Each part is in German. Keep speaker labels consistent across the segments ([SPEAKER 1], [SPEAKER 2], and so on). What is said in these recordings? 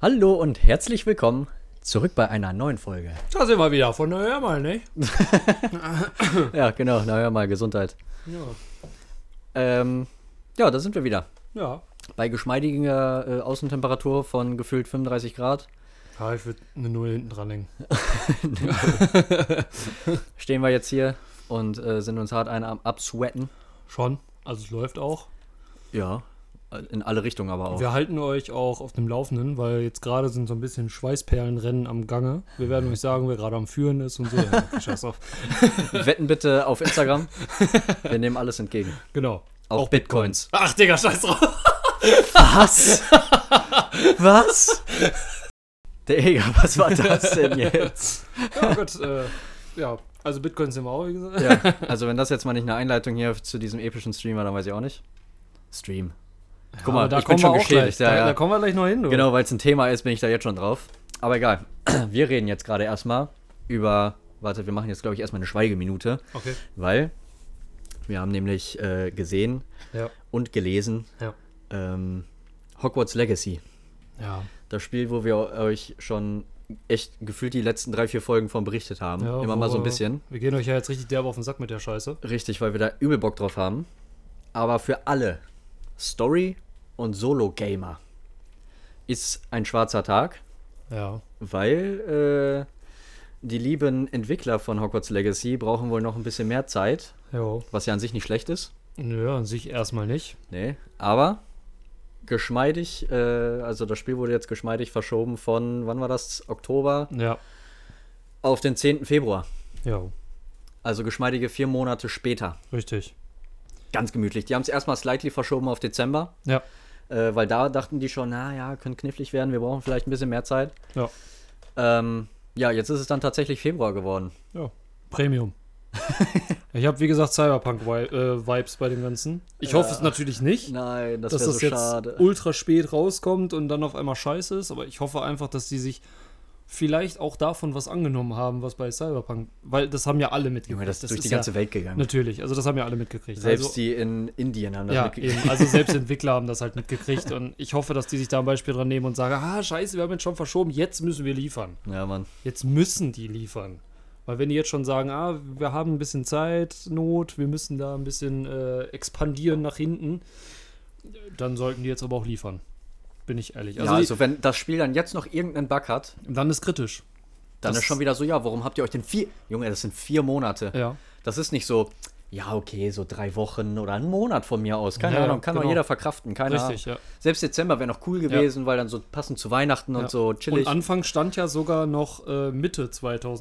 [SPEAKER 1] Hallo und herzlich willkommen zurück bei einer neuen Folge.
[SPEAKER 2] Da sind wir wieder, von daher mal, ne?
[SPEAKER 1] Ja, genau, naja, mal Gesundheit.
[SPEAKER 2] Ja.
[SPEAKER 1] Ähm, ja, da sind wir wieder.
[SPEAKER 2] Ja.
[SPEAKER 1] Bei geschmeidiger äh, Außentemperatur von gefühlt 35 Grad
[SPEAKER 2] ja ich würde eine Null hinten dran hängen.
[SPEAKER 1] stehen wir jetzt hier und äh, sind uns hart ein am Absweaten.
[SPEAKER 2] Schon. Also es läuft auch.
[SPEAKER 1] Ja, Äh, in alle Richtungen aber auch.
[SPEAKER 2] Wir halten euch auch auf dem Laufenden, weil jetzt gerade sind so ein bisschen Schweißperlenrennen am Gange. Wir werden euch sagen, wer gerade am Führen ist und so. Ja, Scheiß auf.
[SPEAKER 1] Wetten bitte auf Instagram. wir nehmen alles entgegen.
[SPEAKER 2] Genau.
[SPEAKER 1] Auch, Bitcoins.
[SPEAKER 2] Ach, Digga, scheiß drauf.
[SPEAKER 1] Was? Was? Digga, was war das denn jetzt?
[SPEAKER 2] Ja, Gott. Äh, ja, also Bitcoins sind wir auch, wie gesagt.
[SPEAKER 1] Ja, also wenn das jetzt mal nicht eine Einleitung hier zu diesem epischen Stream war, dann weiß ich auch nicht. Stream. Guck mal,
[SPEAKER 2] Aber
[SPEAKER 1] ich bin schon
[SPEAKER 2] wir auch
[SPEAKER 1] geschädigt.
[SPEAKER 2] gleich.
[SPEAKER 1] Ja,
[SPEAKER 2] da,
[SPEAKER 1] ja.
[SPEAKER 2] da kommen wir gleich noch hin, du.
[SPEAKER 1] Genau, weil es ein Thema ist, bin ich da jetzt schon drauf. Aber egal. Wir reden jetzt gerade erstmal über. Warte, wir machen jetzt, glaube ich, erstmal eine Schweigeminute,
[SPEAKER 2] Okay.
[SPEAKER 1] weil wir haben nämlich äh, gesehen
[SPEAKER 2] Ja.
[SPEAKER 1] und gelesen
[SPEAKER 2] Ja.
[SPEAKER 1] ähm, Hogwarts Legacy.
[SPEAKER 2] Ja.
[SPEAKER 1] Das Spiel, wo wir euch schon echt gefühlt die letzten drei, vier Folgen von berichtet haben.
[SPEAKER 2] ja
[SPEAKER 1] Immer
[SPEAKER 2] wo
[SPEAKER 1] mal so ein
[SPEAKER 2] wir-
[SPEAKER 1] bisschen.
[SPEAKER 2] Wir gehen euch ja jetzt richtig derbe auf den Sack mit der Scheiße.
[SPEAKER 1] Richtig, weil wir da übel Bock drauf haben. Aber für alle Story- und Solo-Gamer ist ein schwarzer Tag,
[SPEAKER 2] Ja.
[SPEAKER 1] weil äh, die lieben Entwickler von Hogwarts Legacy brauchen wohl noch ein bisschen mehr Zeit,
[SPEAKER 2] Jo.
[SPEAKER 1] was ja an sich nicht schlecht ist.
[SPEAKER 2] Nö, an sich erstmal nicht.
[SPEAKER 1] Nee, aber geschmeidig, äh, also das Spiel wurde jetzt geschmeidig verschoben von, wann war das? Oktober
[SPEAKER 2] Ja.
[SPEAKER 1] auf den 10. Februar.
[SPEAKER 2] Ja.
[SPEAKER 1] Also geschmeidige vier Monate später.
[SPEAKER 2] Richtig.
[SPEAKER 1] Ganz gemütlich. Die haben es erstmal slightly verschoben auf Dezember.
[SPEAKER 2] Ja.
[SPEAKER 1] Äh, weil da dachten die schon, na ja, können knifflig werden, wir brauchen vielleicht ein bisschen mehr Zeit.
[SPEAKER 2] Ja.
[SPEAKER 1] Ähm, ja, jetzt ist es dann tatsächlich Februar geworden.
[SPEAKER 2] Ja, Premium. ich habe, wie gesagt, Cyberpunk-Vibes bei dem Ganzen. Ich hoffe es natürlich nicht,
[SPEAKER 1] Nein, Äh, das
[SPEAKER 2] dass
[SPEAKER 1] wäre
[SPEAKER 2] das
[SPEAKER 1] so
[SPEAKER 2] jetzt
[SPEAKER 1] schade.
[SPEAKER 2] ultra spät rauskommt und dann auf einmal scheiße ist, aber ich hoffe einfach, dass die sich vielleicht auch davon was angenommen haben, was bei Cyberpunk, weil das haben ja alle
[SPEAKER 1] Junge,
[SPEAKER 2] mitgekriegt.
[SPEAKER 1] das ist durch die
[SPEAKER 2] ja-
[SPEAKER 1] ganze Welt gegangen.
[SPEAKER 2] Natürlich, also das haben ja alle mitgekriegt.
[SPEAKER 1] Selbst
[SPEAKER 2] also,
[SPEAKER 1] die in Indien haben das
[SPEAKER 2] ja,
[SPEAKER 1] mitgekriegt.
[SPEAKER 2] eben. Also selbst Entwickler haben das halt mitgekriegt und ich hoffe, dass die sich da ein Beispiel dran nehmen und sagen, ah, scheiße, wir haben jetzt schon verschoben, jetzt müssen wir liefern.
[SPEAKER 1] Ja, Mann.
[SPEAKER 2] Jetzt müssen die liefern. Weil wenn die jetzt schon sagen, ah, wir haben ein bisschen Zeitnot, wir müssen da ein bisschen äh, expandieren nach hinten, dann sollten die jetzt aber auch liefern. Bin ich ehrlich. Also,
[SPEAKER 1] ja, also wenn das Spiel dann jetzt noch irgendeinen Bug hat,
[SPEAKER 2] die, dann ist kritisch.
[SPEAKER 1] dann
[SPEAKER 2] Das-
[SPEAKER 1] ist schon wieder so, ja, warum habt ihr euch denn vier... Junge, das sind vier Monate.
[SPEAKER 2] Ja.
[SPEAKER 1] Das ist nicht so, ja, okay, so drei Wochen oder einen Monat von mir aus. Keine
[SPEAKER 2] Ja, ja,
[SPEAKER 1] Ahnung, kann doch
[SPEAKER 2] genau.
[SPEAKER 1] jeder verkraften. Keine
[SPEAKER 2] Richtig,
[SPEAKER 1] Ahnung.
[SPEAKER 2] ja.
[SPEAKER 1] Selbst Dezember wäre noch cool gewesen, weil dann so passend zu Weihnachten und
[SPEAKER 2] ja.
[SPEAKER 1] so chillig.
[SPEAKER 2] Und Anfang stand ja sogar noch äh, Mitte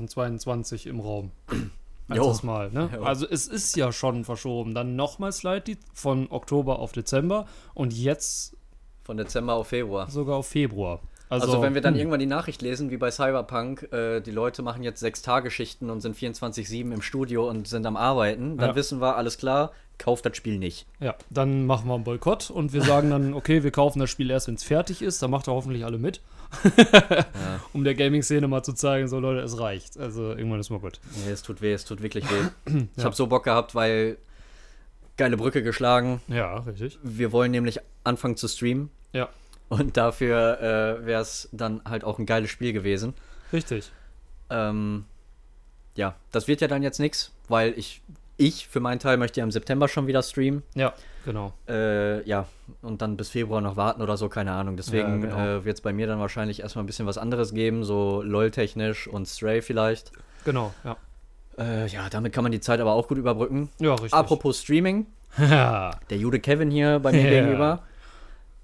[SPEAKER 2] 2022 im Raum.
[SPEAKER 1] Jo.
[SPEAKER 2] Letztes Mal, ne?
[SPEAKER 1] Jo.
[SPEAKER 2] Also es ist ja schon verschoben. Dann nochmal Slide die von Oktober auf Dezember und jetzt
[SPEAKER 1] Von Dezember auf Februar.
[SPEAKER 2] sogar auf Februar. Also,
[SPEAKER 1] Also, wenn wir dann irgendwann die Nachricht lesen, wie bei Cyberpunk, äh, die Leute machen jetzt sechs Tage Schichten und sind 24-7 im Studio und sind am Arbeiten, dann
[SPEAKER 2] Ja.
[SPEAKER 1] wissen wir, alles klar, kauft das Spiel nicht.
[SPEAKER 2] Ja, dann machen wir einen Boykott und wir sagen dann, okay, wir kaufen das Spiel erst, wenn es fertig ist. Da macht er hoffentlich alle mit. Um der Gaming-Szene mal zu zeigen, so Leute, es reicht. Also irgendwann ist mal gut.
[SPEAKER 1] Nee, es tut weh, es tut wirklich weh. Ich habe so Bock gehabt, weil geile Brücke geschlagen.
[SPEAKER 2] Ja, richtig.
[SPEAKER 1] Wir wollen nämlich anfangen zu streamen
[SPEAKER 2] Ja,
[SPEAKER 1] und dafür äh, wäre es dann halt auch ein geiles Spiel gewesen.
[SPEAKER 2] richtig.
[SPEAKER 1] Ähm, ja, das wird ja dann jetzt nichts, weil ich, ich für meinen Teil möchte ja im September schon wieder streamen.
[SPEAKER 2] Ja, genau.
[SPEAKER 1] äh, ja, und dann bis Februar noch warten oder so, keine Ahnung. Deswegen
[SPEAKER 2] Ja, genau.
[SPEAKER 1] äh, wird es bei mir dann wahrscheinlich erstmal ein bisschen was anderes geben, so LOL-technisch und Stray vielleicht.
[SPEAKER 2] Genau, ja.
[SPEAKER 1] Äh, ja, damit kann man die Zeit aber auch gut überbrücken.
[SPEAKER 2] Ja, richtig.
[SPEAKER 1] Apropos Streaming,
[SPEAKER 2] ja,
[SPEAKER 1] der Jude Kevin hier bei mir
[SPEAKER 2] Ja.
[SPEAKER 1] gegenüber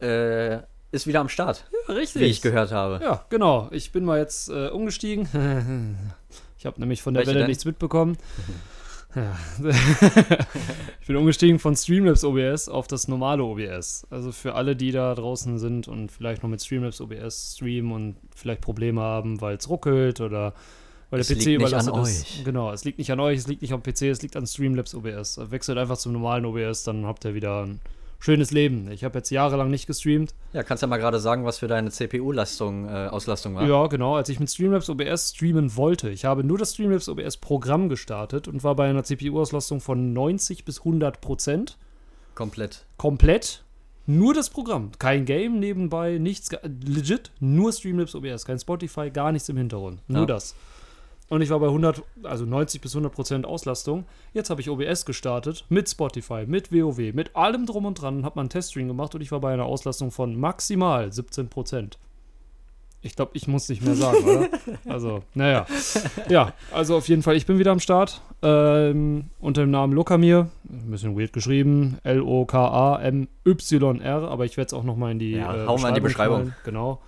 [SPEAKER 1] äh, ist wieder am Start,
[SPEAKER 2] richtig.
[SPEAKER 1] wie ich gehört habe.
[SPEAKER 2] Ja, genau. Ich bin mal jetzt äh, umgestiegen. Ich habe nämlich von der
[SPEAKER 1] Welche
[SPEAKER 2] Welle
[SPEAKER 1] denn?
[SPEAKER 2] nichts mitbekommen. Ja. ich bin umgestiegen von Streamlabs OBS auf das normale OBS. Also für alle, die da draußen sind und vielleicht noch mit Streamlabs OBS streamen und vielleicht Probleme haben, weil es ruckelt oder weil
[SPEAKER 1] Es
[SPEAKER 2] der PC
[SPEAKER 1] liegt nicht
[SPEAKER 2] überlastet
[SPEAKER 1] an
[SPEAKER 2] ist.
[SPEAKER 1] euch.
[SPEAKER 2] Genau, es liegt nicht an euch, es liegt nicht am PC, es liegt an Streamlabs OBS. Wechselt einfach zum normalen OBS, dann habt ihr wieder ein schönes Leben. Ich habe jetzt jahrelang nicht gestreamt.
[SPEAKER 1] Ja, kannst ja mal gerade sagen, was für deine CPU-Lastung, äh, Auslastung war.
[SPEAKER 2] Ja, genau. Als ich mit Streamlabs OBS streamen wollte, ich habe nur das Streamlabs OBS Programm gestartet und war bei einer CPU-Auslastung von 90 bis 100 Prozent
[SPEAKER 1] Komplett.
[SPEAKER 2] komplett Nur das Programm. Kein Game nebenbei, nichts. ge- Legit, nur Streamlabs OBS. Kein Spotify, gar nichts im Hintergrund. Nur
[SPEAKER 1] Ja.
[SPEAKER 2] das. Und ich war bei 100, also 90 bis 100 Prozent Auslastung. Jetzt habe ich OBS gestartet mit Spotify, mit WoW, mit allem drum und dran. Habe mal einen Teststream gemacht und ich war bei einer Auslastung von maximal 17 Prozent. Ich glaube, ich muss nicht mehr sagen, oder? Also, naja. Ja, also auf jeden Fall, ich bin wieder am Start. Ähm, unter dem Namen Lokamir. Ein bisschen weird geschrieben. L-O-K-A-M-Y-R. Aber ich werde es auch nochmal in die, äh,
[SPEAKER 1] Ja, hauen wir in die Beschreibung.
[SPEAKER 2] knallen. Genau.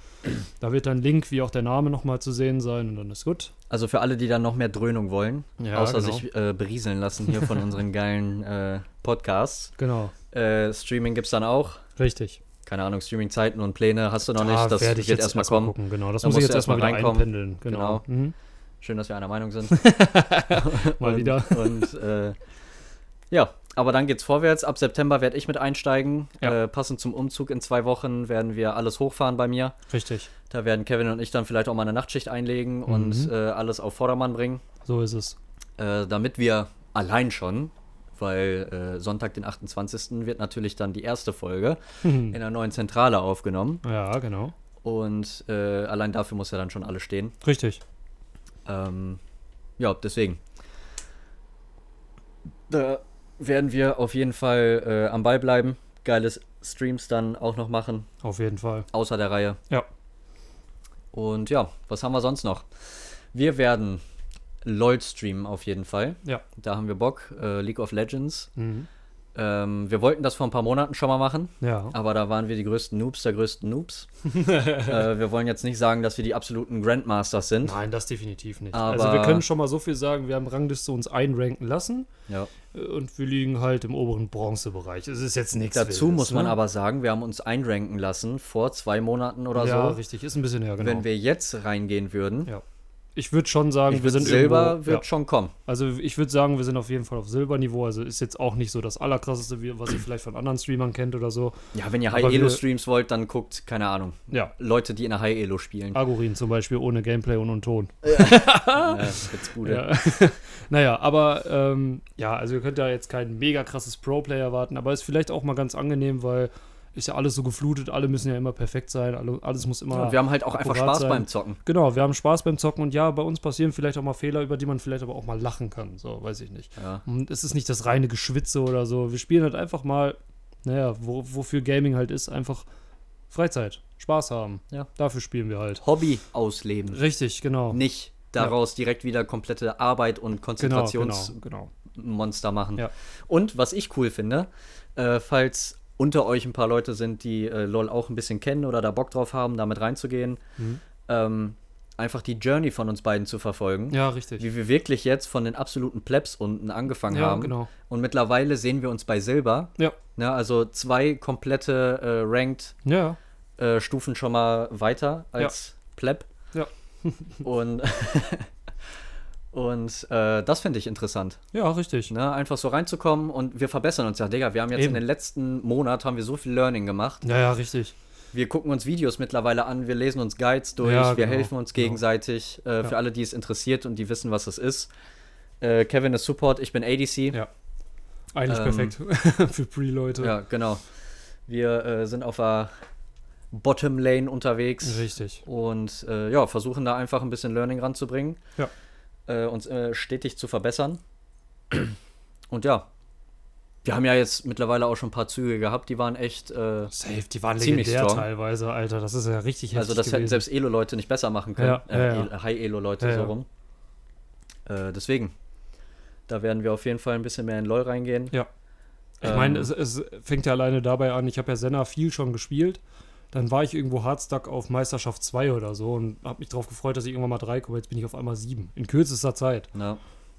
[SPEAKER 2] Da wird dann Link, wie auch der Name, nochmal zu sehen sein. Und dann ist gut.
[SPEAKER 1] Also für alle, die dann noch mehr Dröhnung wollen,
[SPEAKER 2] Ja,
[SPEAKER 1] außer
[SPEAKER 2] genau.
[SPEAKER 1] sich äh, berieseln lassen hier von unseren geilen äh, Podcasts.
[SPEAKER 2] Genau.
[SPEAKER 1] Äh, Streaming gibt's dann auch.
[SPEAKER 2] Richtig.
[SPEAKER 1] Keine Ahnung, Streaming-Zeiten und Pläne hast du noch nicht.
[SPEAKER 2] Da
[SPEAKER 1] das
[SPEAKER 2] werd
[SPEAKER 1] wird erstmal
[SPEAKER 2] erst mal
[SPEAKER 1] kommen.
[SPEAKER 2] gucken. Genau, das
[SPEAKER 1] Da
[SPEAKER 2] muss ich
[SPEAKER 1] musst
[SPEAKER 2] jetzt
[SPEAKER 1] du
[SPEAKER 2] erstmal wieder
[SPEAKER 1] erst mal reinkommen.
[SPEAKER 2] einpendeln. Genau. Mhm.
[SPEAKER 1] Schön, dass wir einer Meinung sind.
[SPEAKER 2] Mal
[SPEAKER 1] und,
[SPEAKER 2] wieder.
[SPEAKER 1] Und äh, ja, aber dann geht's vorwärts. Ab September werde ich mit einsteigen.
[SPEAKER 2] Ja.
[SPEAKER 1] Äh, passend zum Umzug in zwei Wochen werden wir alles hochfahren bei mir.
[SPEAKER 2] Richtig.
[SPEAKER 1] Da werden Kevin und ich dann vielleicht auch mal eine Nachtschicht einlegen und
[SPEAKER 2] Mhm.
[SPEAKER 1] äh, alles auf Vordermann bringen,
[SPEAKER 2] So ist es.
[SPEAKER 1] äh, damit wir allein schon, weil äh, Sonntag, den 28. wird natürlich dann die erste Folge in der neuen Zentrale aufgenommen.
[SPEAKER 2] Ja, genau.
[SPEAKER 1] Und äh, allein dafür muss ja dann schon alles stehen.
[SPEAKER 2] Richtig.
[SPEAKER 1] Ähm, ja, deswegen. Da werden wir auf jeden Fall äh, am Ball bleiben. Geiles Streams dann auch noch machen,
[SPEAKER 2] Auf jeden Fall.
[SPEAKER 1] außer der Reihe.
[SPEAKER 2] Ja.
[SPEAKER 1] Und ja, was haben wir sonst noch? Wir werden LOL streamen auf jeden Fall.
[SPEAKER 2] Ja.
[SPEAKER 1] Da haben wir Bock. Äh, League of Legends.
[SPEAKER 2] Mhm.
[SPEAKER 1] Ähm, wir wollten das vor ein paar Monaten schon mal machen,
[SPEAKER 2] Ja.
[SPEAKER 1] aber da waren wir die größten Noobs der größten Noobs. äh, wir wollen jetzt nicht sagen, dass wir die absoluten Grandmasters sind.
[SPEAKER 2] Nein, das definitiv nicht.
[SPEAKER 1] Aber-
[SPEAKER 2] also wir können schon mal so viel sagen, wir haben Rangliste uns einranken lassen
[SPEAKER 1] Ja.
[SPEAKER 2] äh, und wir liegen halt im oberen Bronzebereich. Es ist jetzt nichts
[SPEAKER 1] Dazu
[SPEAKER 2] Wildes,
[SPEAKER 1] muss man
[SPEAKER 2] ne?
[SPEAKER 1] aber sagen, wir haben uns einranken lassen vor zwei Monaten oder
[SPEAKER 2] Ja,
[SPEAKER 1] so.
[SPEAKER 2] richtig, ist ein bisschen her, genau.
[SPEAKER 1] Wenn wir jetzt reingehen würden,
[SPEAKER 2] ja. Ich würde schon sagen,
[SPEAKER 1] ich
[SPEAKER 2] wir
[SPEAKER 1] würd
[SPEAKER 2] sind
[SPEAKER 1] Silber
[SPEAKER 2] irgendwo,
[SPEAKER 1] wird
[SPEAKER 2] ja.
[SPEAKER 1] schon kommen.
[SPEAKER 2] Also ich würde sagen, wir sind auf jeden Fall auf Silberniveau. Also ist jetzt auch nicht so das Allerkrasseste, wie- was ihr vielleicht von anderen Streamern kennt oder so.
[SPEAKER 1] Ja, wenn ihr
[SPEAKER 2] Aber
[SPEAKER 1] High Elo
[SPEAKER 2] wir-
[SPEAKER 1] Streams wollt, dann guckt, keine Ahnung,
[SPEAKER 2] Ja,
[SPEAKER 1] Leute, die in der High Elo spielen.
[SPEAKER 2] Agorin zum Beispiel ohne Gameplay und ohne Ton.
[SPEAKER 1] Äh, wird's gut.
[SPEAKER 2] Ja. naja, aber ähm, ja, also ihr könnt ja jetzt kein mega krasses Pro-Player erwarten, aber ist vielleicht auch mal ganz angenehm, weil ist ja alles so geflutet, alle müssen ja immer perfekt sein, alle, alles muss immer.
[SPEAKER 1] Und wir haben halt auch einfach
[SPEAKER 2] akkurat
[SPEAKER 1] Spaß
[SPEAKER 2] sein.
[SPEAKER 1] beim Zocken.
[SPEAKER 2] genau, wir haben Spaß beim Zocken und ja, bei uns passieren vielleicht auch mal Fehler, über die man vielleicht aber auch mal lachen kann. So, weiß ich nicht.
[SPEAKER 1] Ja.
[SPEAKER 2] Und es ist nicht das reine Geschwitze oder so. Wir spielen halt einfach mal, naja, wo, wofür Gaming halt ist, einfach Freizeit, Spaß haben.
[SPEAKER 1] Ja.
[SPEAKER 2] Dafür spielen wir halt.
[SPEAKER 1] Hobby ausleben,
[SPEAKER 2] Richtig, genau.
[SPEAKER 1] nicht daraus direkt wieder komplette Arbeit und
[SPEAKER 2] Genau,
[SPEAKER 1] Konzentrationsmonster
[SPEAKER 2] genau, genau.
[SPEAKER 1] machen.
[SPEAKER 2] Ja.
[SPEAKER 1] Und was ich cool finde, äh, falls unter euch ein paar Leute sind, die äh, LOL auch ein bisschen kennen oder da Bock drauf haben, damit reinzugehen,
[SPEAKER 2] Mhm.
[SPEAKER 1] ähm, einfach die Journey von uns beiden zu verfolgen.
[SPEAKER 2] Ja, richtig.
[SPEAKER 1] Wie wir wirklich jetzt von den absoluten Plebs unten angefangen
[SPEAKER 2] Ja,
[SPEAKER 1] haben.
[SPEAKER 2] genau.
[SPEAKER 1] Und mittlerweile sehen wir uns bei Silber.
[SPEAKER 2] Ja,
[SPEAKER 1] Ne, also zwei komplette äh, Ranked-Stufen
[SPEAKER 2] ja.
[SPEAKER 1] schon mal weiter als Pleb.
[SPEAKER 2] Ja.
[SPEAKER 1] Und, und äh, das finde ich interessant.
[SPEAKER 2] Ja, richtig.
[SPEAKER 1] Ne, einfach so reinzukommen und wir verbessern uns ja, Digga. Wir haben jetzt
[SPEAKER 2] Eben.
[SPEAKER 1] in den letzten Monat haben wir so viel Learning gemacht.
[SPEAKER 2] Ja, ja, richtig.
[SPEAKER 1] Wir gucken uns Videos mittlerweile an, wir lesen uns Guides durch,
[SPEAKER 2] Ja,
[SPEAKER 1] wir
[SPEAKER 2] genau,
[SPEAKER 1] helfen uns
[SPEAKER 2] genau.
[SPEAKER 1] gegenseitig. Äh, Für alle, die es interessiert und die wissen, was es ist. Äh, Kevin ist Support, ich bin ADC. Ja,
[SPEAKER 2] Ja. Eigentlich
[SPEAKER 1] Ähm,
[SPEAKER 2] perfekt für Pre-Leute.
[SPEAKER 1] genau. Wir äh, sind auf der Bottom Lane unterwegs
[SPEAKER 2] Richtig.
[SPEAKER 1] und äh, ja, versuchen da einfach ein bisschen Learning ranzubringen.
[SPEAKER 2] Ja.
[SPEAKER 1] Äh, uns äh, stetig zu verbessern. Und ja, wir haben ja jetzt mittlerweile auch schon ein paar Züge gehabt, die waren echt. Äh,
[SPEAKER 2] Safe, die waren
[SPEAKER 1] Ziemlich
[SPEAKER 2] legendär
[SPEAKER 1] strong.
[SPEAKER 2] teilweise, Alter. Das ist ja richtig
[SPEAKER 1] Also das hätten
[SPEAKER 2] gewesen.
[SPEAKER 1] selbst Elo-Leute nicht besser machen können.
[SPEAKER 2] Ja,
[SPEAKER 1] äh,
[SPEAKER 2] ja, ja.
[SPEAKER 1] El- High-Elo-Leute
[SPEAKER 2] Ja,
[SPEAKER 1] so
[SPEAKER 2] ja.
[SPEAKER 1] rum. Äh, deswegen, da werden wir auf jeden Fall ein bisschen mehr in LoL reingehen.
[SPEAKER 2] Ja. Ich
[SPEAKER 1] ähm,
[SPEAKER 2] meine, es, es fängt ja alleine dabei an, ich habe ja Senna viel schon gespielt. Dann war ich irgendwo hardstuck auf Meisterschaft 2 oder so und habe mich darauf gefreut, dass ich irgendwann mal 3 komme. Jetzt bin ich auf einmal 7. In kürzester Zeit.
[SPEAKER 1] Ja.